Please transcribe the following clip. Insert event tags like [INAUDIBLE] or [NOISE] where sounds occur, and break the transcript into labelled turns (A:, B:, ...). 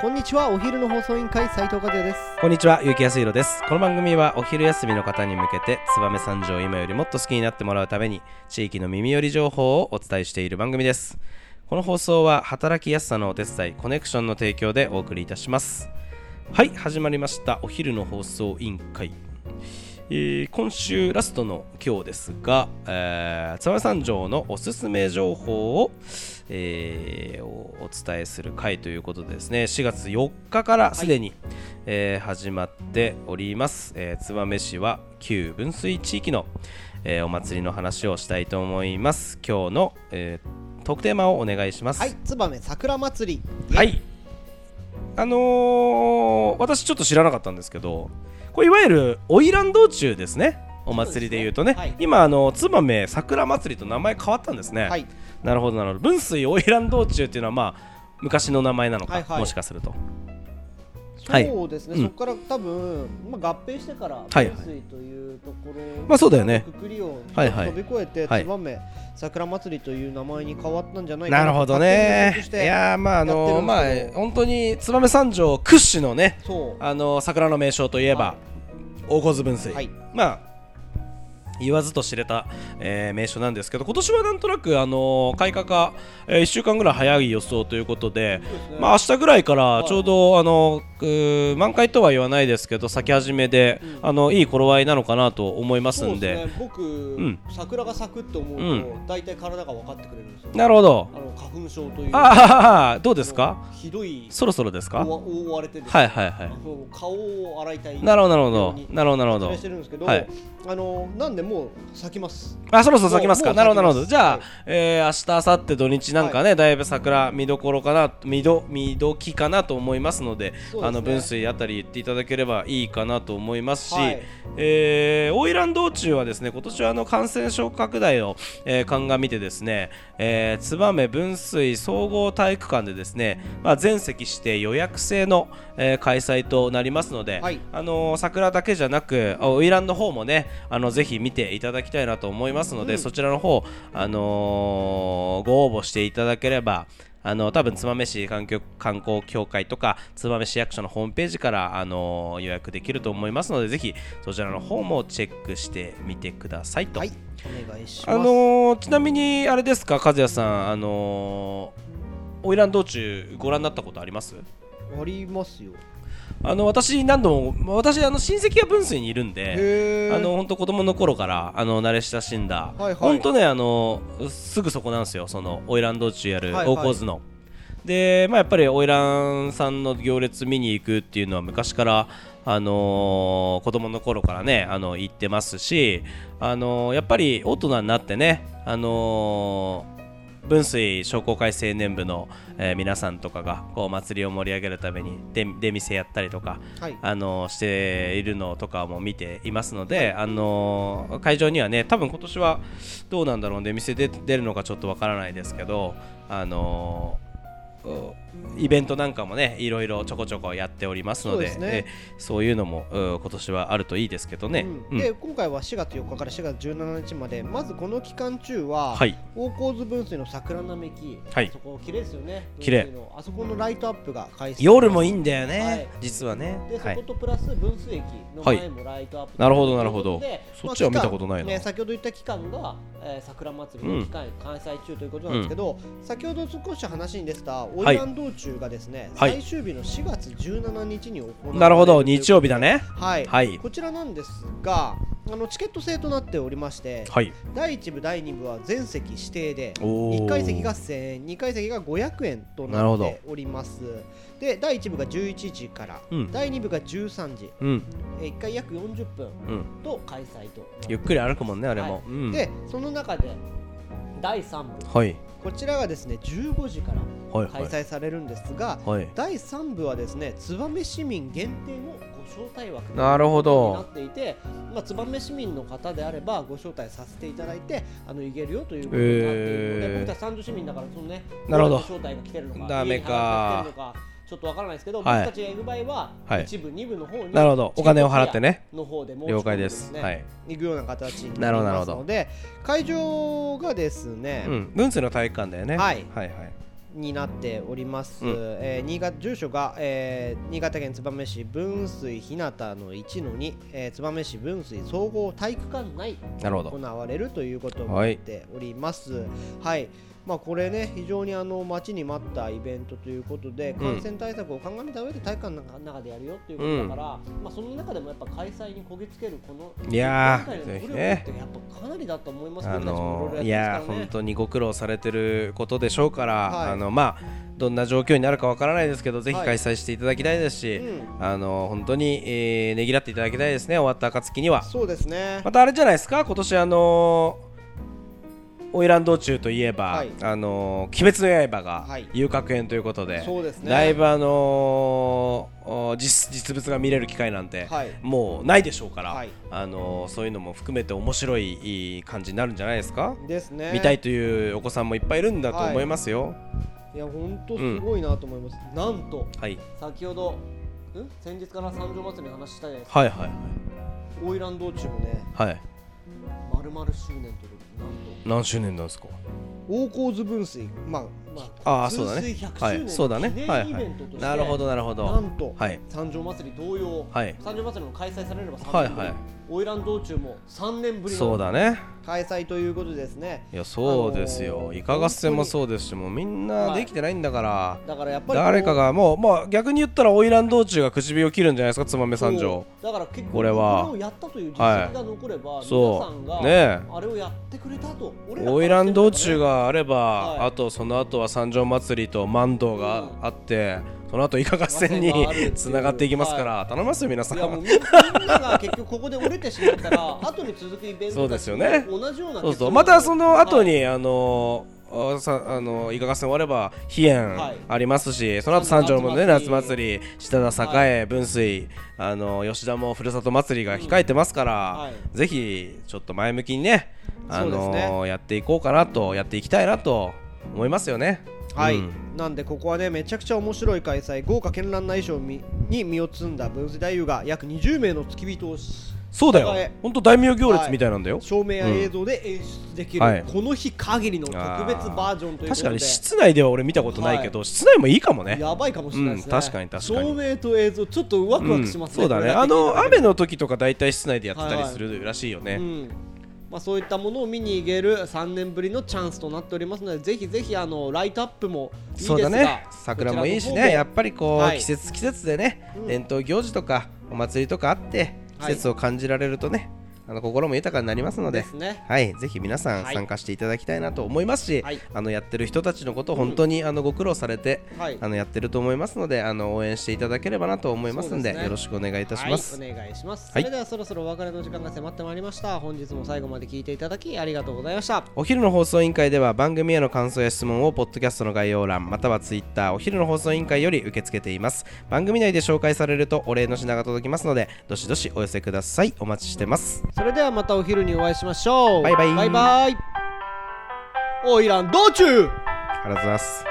A: こんにちはお昼の放送委員会斉藤和也です
B: こんにちは、ゆうきやすいろです。この番組はお昼休みの方に向けて、燕三条を今よりもっと好きになってもらうために、地域の耳寄り情報をお伝えしている番組です。この放送は、働きやすさのお手伝い、コネクションの提供でお送りいたします。はい、始まりました。お昼の放送委員会。えー今週ラストの今日ですが、えー、燕三条のおすすめ情報を、えーおお伝えする回ということでですね4月4日からすでに、えー始まっております、えー、燕市は旧分水地域の、えーお祭りの話をしたいと思います今日の、えー、トークテーマをお願いします
A: はい燕桜祭り
B: は
A: イエイ
B: い。あのー私ちょっと知らなかったんですけど、これいわゆる花魁道中ですね。お祭りで言うとね、
A: そうですねはい
B: 今あの燕桜祭りと名前変わったんですね。
A: はい
B: なるほどなるほど。分水花魁道中っていうのはまあ昔の名前なのか、
A: はいはい
B: もしかすると。はい
A: そうですね、
B: うん
A: そこから多分、まあ、合併してから
B: はい
A: 分水というところ、
B: まあそうだよね
A: くくりを
B: はいはい
A: 飛び越えて、
B: はい
A: 燕桜祭りという名前に変わったんじゃないか
B: なるほど
A: 勝手に予
B: ね。い
A: 測して
B: やーまああのーま
A: や
B: あ
A: ってるんですけど
B: 本当に燕三条屈指のね、
A: そう
B: あのー桜の名所といえば、
A: は
B: 大河津分水。
A: はい
B: まあ言わずと知れた、えー名所なんですけど今年はなんとなく、あのー開花が、え1週間ぐらい早い予想ということで、
A: ですね
B: まあ明日ぐらいから
A: い
B: ちょうど、あのーうー満開とは言わないですけど咲き始めで、
A: うん
B: あのいい頃合いなのかなと思います
A: そうん
B: で
A: ですね僕、
B: ん
A: 桜が咲くって思うと、
B: う
A: 大体体が分かってくれるんですよ
B: なるほど
A: あの花粉症という
B: ああどうですか
A: もうひどい
B: そろそろですか
A: 覆わ覆われてですね
B: はいはいは
A: あ
B: い
A: の顔を洗いたい
B: なるほどなるほど
A: ように
B: なるほどなる
A: 説
B: ほど
A: 明してるんですけど、
B: はい
A: あのなんでもう咲きます
B: あそろそろ咲きます
A: も
B: か
A: う
B: なるほどなる
A: もう
B: ほど
A: 咲きます
B: じゃあ、
A: はい
B: えー明日明後日土日なんかね、だいぶ桜見どころかな見ど見どきかなと思いますので
A: そうですね
B: あの分水あたり行っていただければいいかなと思いますし、
A: はい
B: えー、オイラン道中はですね今年はあの感染症拡大を、えー、鑑みてですね、えー、燕分水総合体育館でですね、まあ、全席して予約制の、えー、開催となりますので、
A: はい
B: あのー桜だけじゃなくあオイランの方もねあのぜひ見ていただきたいなと思いますので、
A: うん
B: そちらの方、あのーご応募していただければあの多分燕市環境観光協会とか燕市役所のホームページから、あのー予約できると思いますのでぜひそちらの方もチェックしてみてくださいと、
A: はいお願いします
B: あのーちなみにあれですか和也さんあのー、オイラン道中ご覧になったことあります
A: ありますよ
B: あの私何度も私あの親戚が分水にいるんで
A: へー
B: あの本当子供の頃からあの慣れ親しんだ、
A: はいはい
B: 本当ねあのすぐそこなんですよその花魁道中やる
A: はいはい
B: 大河津の。でまあ、やっぱり花魁さんの行列見に行くっていうのは昔から、あのー子供の頃からねあの行ってますし、あのーやっぱり大人になってね、あのー分水商工会青年部の、えー皆さんとかがこう祭りを盛り上げるために出出店やったりとか、
A: はい
B: あのしているのとかも見ていますので、あの会場にはね多分今年はどうなんだろうね店で出るのかちょっとわからないですけど、あのおイベントなんかもねいろいろちょこちょこやっておりますので
A: そうですね
B: えそういうのもうん今年はあるといいですけどね。
A: う、
B: うんん
A: で今回は4月4日から4月17日までまずこの期間中は、
B: はい
A: 大河津分水の桜並木、
B: はい
A: そこ綺麗ですよね
B: 綺麗
A: 分水のあそこのライトアップが開始
B: 夜もいいんだよね、
A: はい
B: 実はね。
A: でそ
B: はい
A: ことプラス分水駅の前もライトアップと
B: なるほどなるほど
A: で
B: そっちは見たことないな
A: まあ期間ね、先ほど言った期間が、えー桜祭りの期間、開催中ということなんですけど、先ほど少し話に出てたオイラン道中がですね、
B: はい
A: 最終日の4月17日に行われるということ
B: なるほど日曜日だね。
A: はい、
B: はい
A: こちらなんですがあのチケット制となっておりまして、
B: はい。
A: 第1部第2部は全席指定で
B: おー
A: 1階席が1000円2階席が500円と
B: なる
A: なっ
B: ほ
A: て
B: ど
A: おりますで第1部が11時から、
B: うん
A: 第2部が13時
B: うん
A: えー1回約40分
B: うん。
A: と開催となって
B: ゆっくり歩くもんねあれも。
A: はい
B: うん。
A: でその中で第3部
B: はい
A: こちらがですね15時から
B: はい
A: 開
B: は
A: 催されるんですが、
B: い。はい。
A: 第3部はですね燕市民限定のご招待枠
B: なるほ
A: にな
B: ど
A: っ。ていて、まあ、燕市民の方であればご招待させていただいてあの行けるよということになっているので、
B: え
A: 僕
B: ー
A: たち三条市民だからそのね
B: なるほど
A: 招待が来てるのか
B: ダメ
A: 家に
B: か
A: 入ってきてるのかちょっとわからないですけど、
B: はい
A: 僕たちが行く場合は、
B: はい
A: 一部二部の方に
B: なるほどお金を払ってね
A: の方で申し込ん
B: 了解です。
A: ね
B: はい。
A: 行くような形になり
B: なるほど
A: ますので会場がですね、
B: うん。文通の体育館だよね。
A: はい
B: はいはい。
A: になっております、
B: うん
A: えー新潟住所が、えー新潟県燕市分水日向の1の2、えー、燕市分水総合体育館内
B: なるほ
A: 行
B: ど。
A: われるということになっております。はい、まあ、これね、非常にあの待ちに待ったイベントということで、
B: うん
A: 感染対策を鑑みた上で体育館の中中でやるよっていうことだから、まあ、その中でもやっぱ開催にこぎつけるこの
B: いやー
A: 今回の努力って
B: ぜ
A: やっぱかなりだと思います
B: あのーいやー本
A: に
B: 当にご苦労されてることでしょうから、
A: はい
B: あのまあどんな状況になるかわからないですけどぜひ
A: はい
B: 開催していただきたいですし、
A: う
B: あのー本当に、えーねぎらっていただきたいですね終わった暁には
A: そうですね。
B: またあれじゃないですか今年あのー花魁道中といえば、
A: はい
B: あのー鬼滅の刃が
A: はい
B: 遊郭園ということで,、
A: そうですね
B: だいぶあのーお実実物が見れる機会なんて、
A: はい
B: もうないでしょうから、
A: はい
B: あのーそういうのも含めて面白いいい感じになるんじゃないですか、
A: ですね。
B: 見たいというお子さんもいっぱいいるんだと思いますよ。
A: いや、本当すごいなと思います。なんと、
B: はい、
A: 先ほど、ん先日から三条祭りの話したじゃないですか。
B: はい、はい
A: 花魁道中もね、
B: はいはい
A: まるまる周年ということで、なんと。
B: 何周年なんですか
A: 大河津分水、まあ、まあ、
B: ああそうだね
A: 分水100周
B: は
A: 年
B: い
A: の
B: そうだね
A: 記
B: は
A: 念
B: い
A: イ
B: は
A: ベントとして
B: いなるほどなるほど
A: なんと、
B: はい
A: 三条祭り同様、
B: はい
A: 三条祭りも開催されれば3年
B: はい
A: ぶり
B: はい
A: 花魁道中も3年ぶり
B: そう
A: の
B: だね
A: 開催ということですね
B: いやそうですよ、
A: あのー
B: イカ合戦もそうですしもうみんなできてないんだから、
A: だからやっぱりこう
B: 誰かがもう、まあ、逆に言ったら花魁道中が口火を切るんじゃないですか燕三条
A: そうだから結構
B: これは
A: をやったという実績が残れば、皆さ
B: そ
A: ん
B: う
A: が、
B: ねえ
A: あれをやってくれたと俺らから
B: 花魁道
A: して
B: 中
A: み
B: があれば、
A: はい
B: あとその後は三条祭りと万道があって、その後イカ合戦に
A: 合戦があるっていう
B: つながっていきますから、頼みますよ皆さ
A: た
B: ん
A: らねいやもうみんなが結局ここで折れてしまったら [LAUGHS] 後に続くイベント
B: そうですよね
A: たちも同じような
B: そう
A: 結
B: そう
A: 論
B: またその後
A: はい
B: に、あのあさあのイカ合戦終われば飛燕
A: はい
B: ありますし、その後三条のね
A: 夏
B: 夏祭
A: 祭
B: り下田
A: は
B: 栄分水、あの吉田もふるさと祭りが控えてますから、
A: うんはい
B: ぜひちょっと前向きにねあ
A: そう
B: の
A: です
B: やっていこうかなとやっていきたいなと思いますよね。
A: はい、
B: うん
A: なんでここはねめちゃくちゃ面白い開催豪華絢爛な衣装みに身を包んだ分水太夫が約20名の付き人をし
B: そうだ
A: お互
B: よ
A: い
B: 本当大名行列みたいなんだよ、
A: 照明や映像で演出できる、
B: はい
A: この日限りの特別バージョンということで
B: 確かに室内では俺見たことないけど、室内もいいかもね
A: やばいかもしれないですね、
B: うん確かに確かに
A: 照明と映像ちょっとワクワクしますね、
B: うんそうだね
A: こ
B: あ
A: れ
B: の
A: だけ聞いただけで
B: 雨の時とか大体室内でやってた
A: はい
B: り
A: はい
B: するらしいよね、
A: うんまあ、そういったものを見に行ける3年ぶりのチャンスとなっておりますのでぜひぜひあのライトアップもいいですが
B: そうだね桜もいいしねやっぱりこう、
A: はい
B: 季節季節でね、伝統行事とかお祭りとかあって季
A: はい
B: 節を感じられるとね、あの心も豊かになりますので
A: ですね
B: はい、ぜひ皆さん
A: はい
B: 参加していただきたいなと思いますし、
A: はい
B: あのやってる人たちのこと本当に、あのご苦労されて、
A: はい
B: あのやってると思いますのであの応援していただければなと思いますので
A: そうですね
B: よろしくお願いいたします。
A: はい、お願いします、
B: はい
A: それではそろそろお別れの時間が迫ってまいりました本日も最後まで聞いていただきありがとうございました
B: お昼の放送委員会では番組への感想や質問をポッドキャストの概要欄またはツイッターお昼の放送委員会より受け付けています番組内で紹介されるとお礼の品が届きますのでどしどしお寄せくださいお待ちしてます
A: それではまたお昼にお会いしましょう
B: バイバイ
A: バイバイおいらん道中
B: ありがとうございます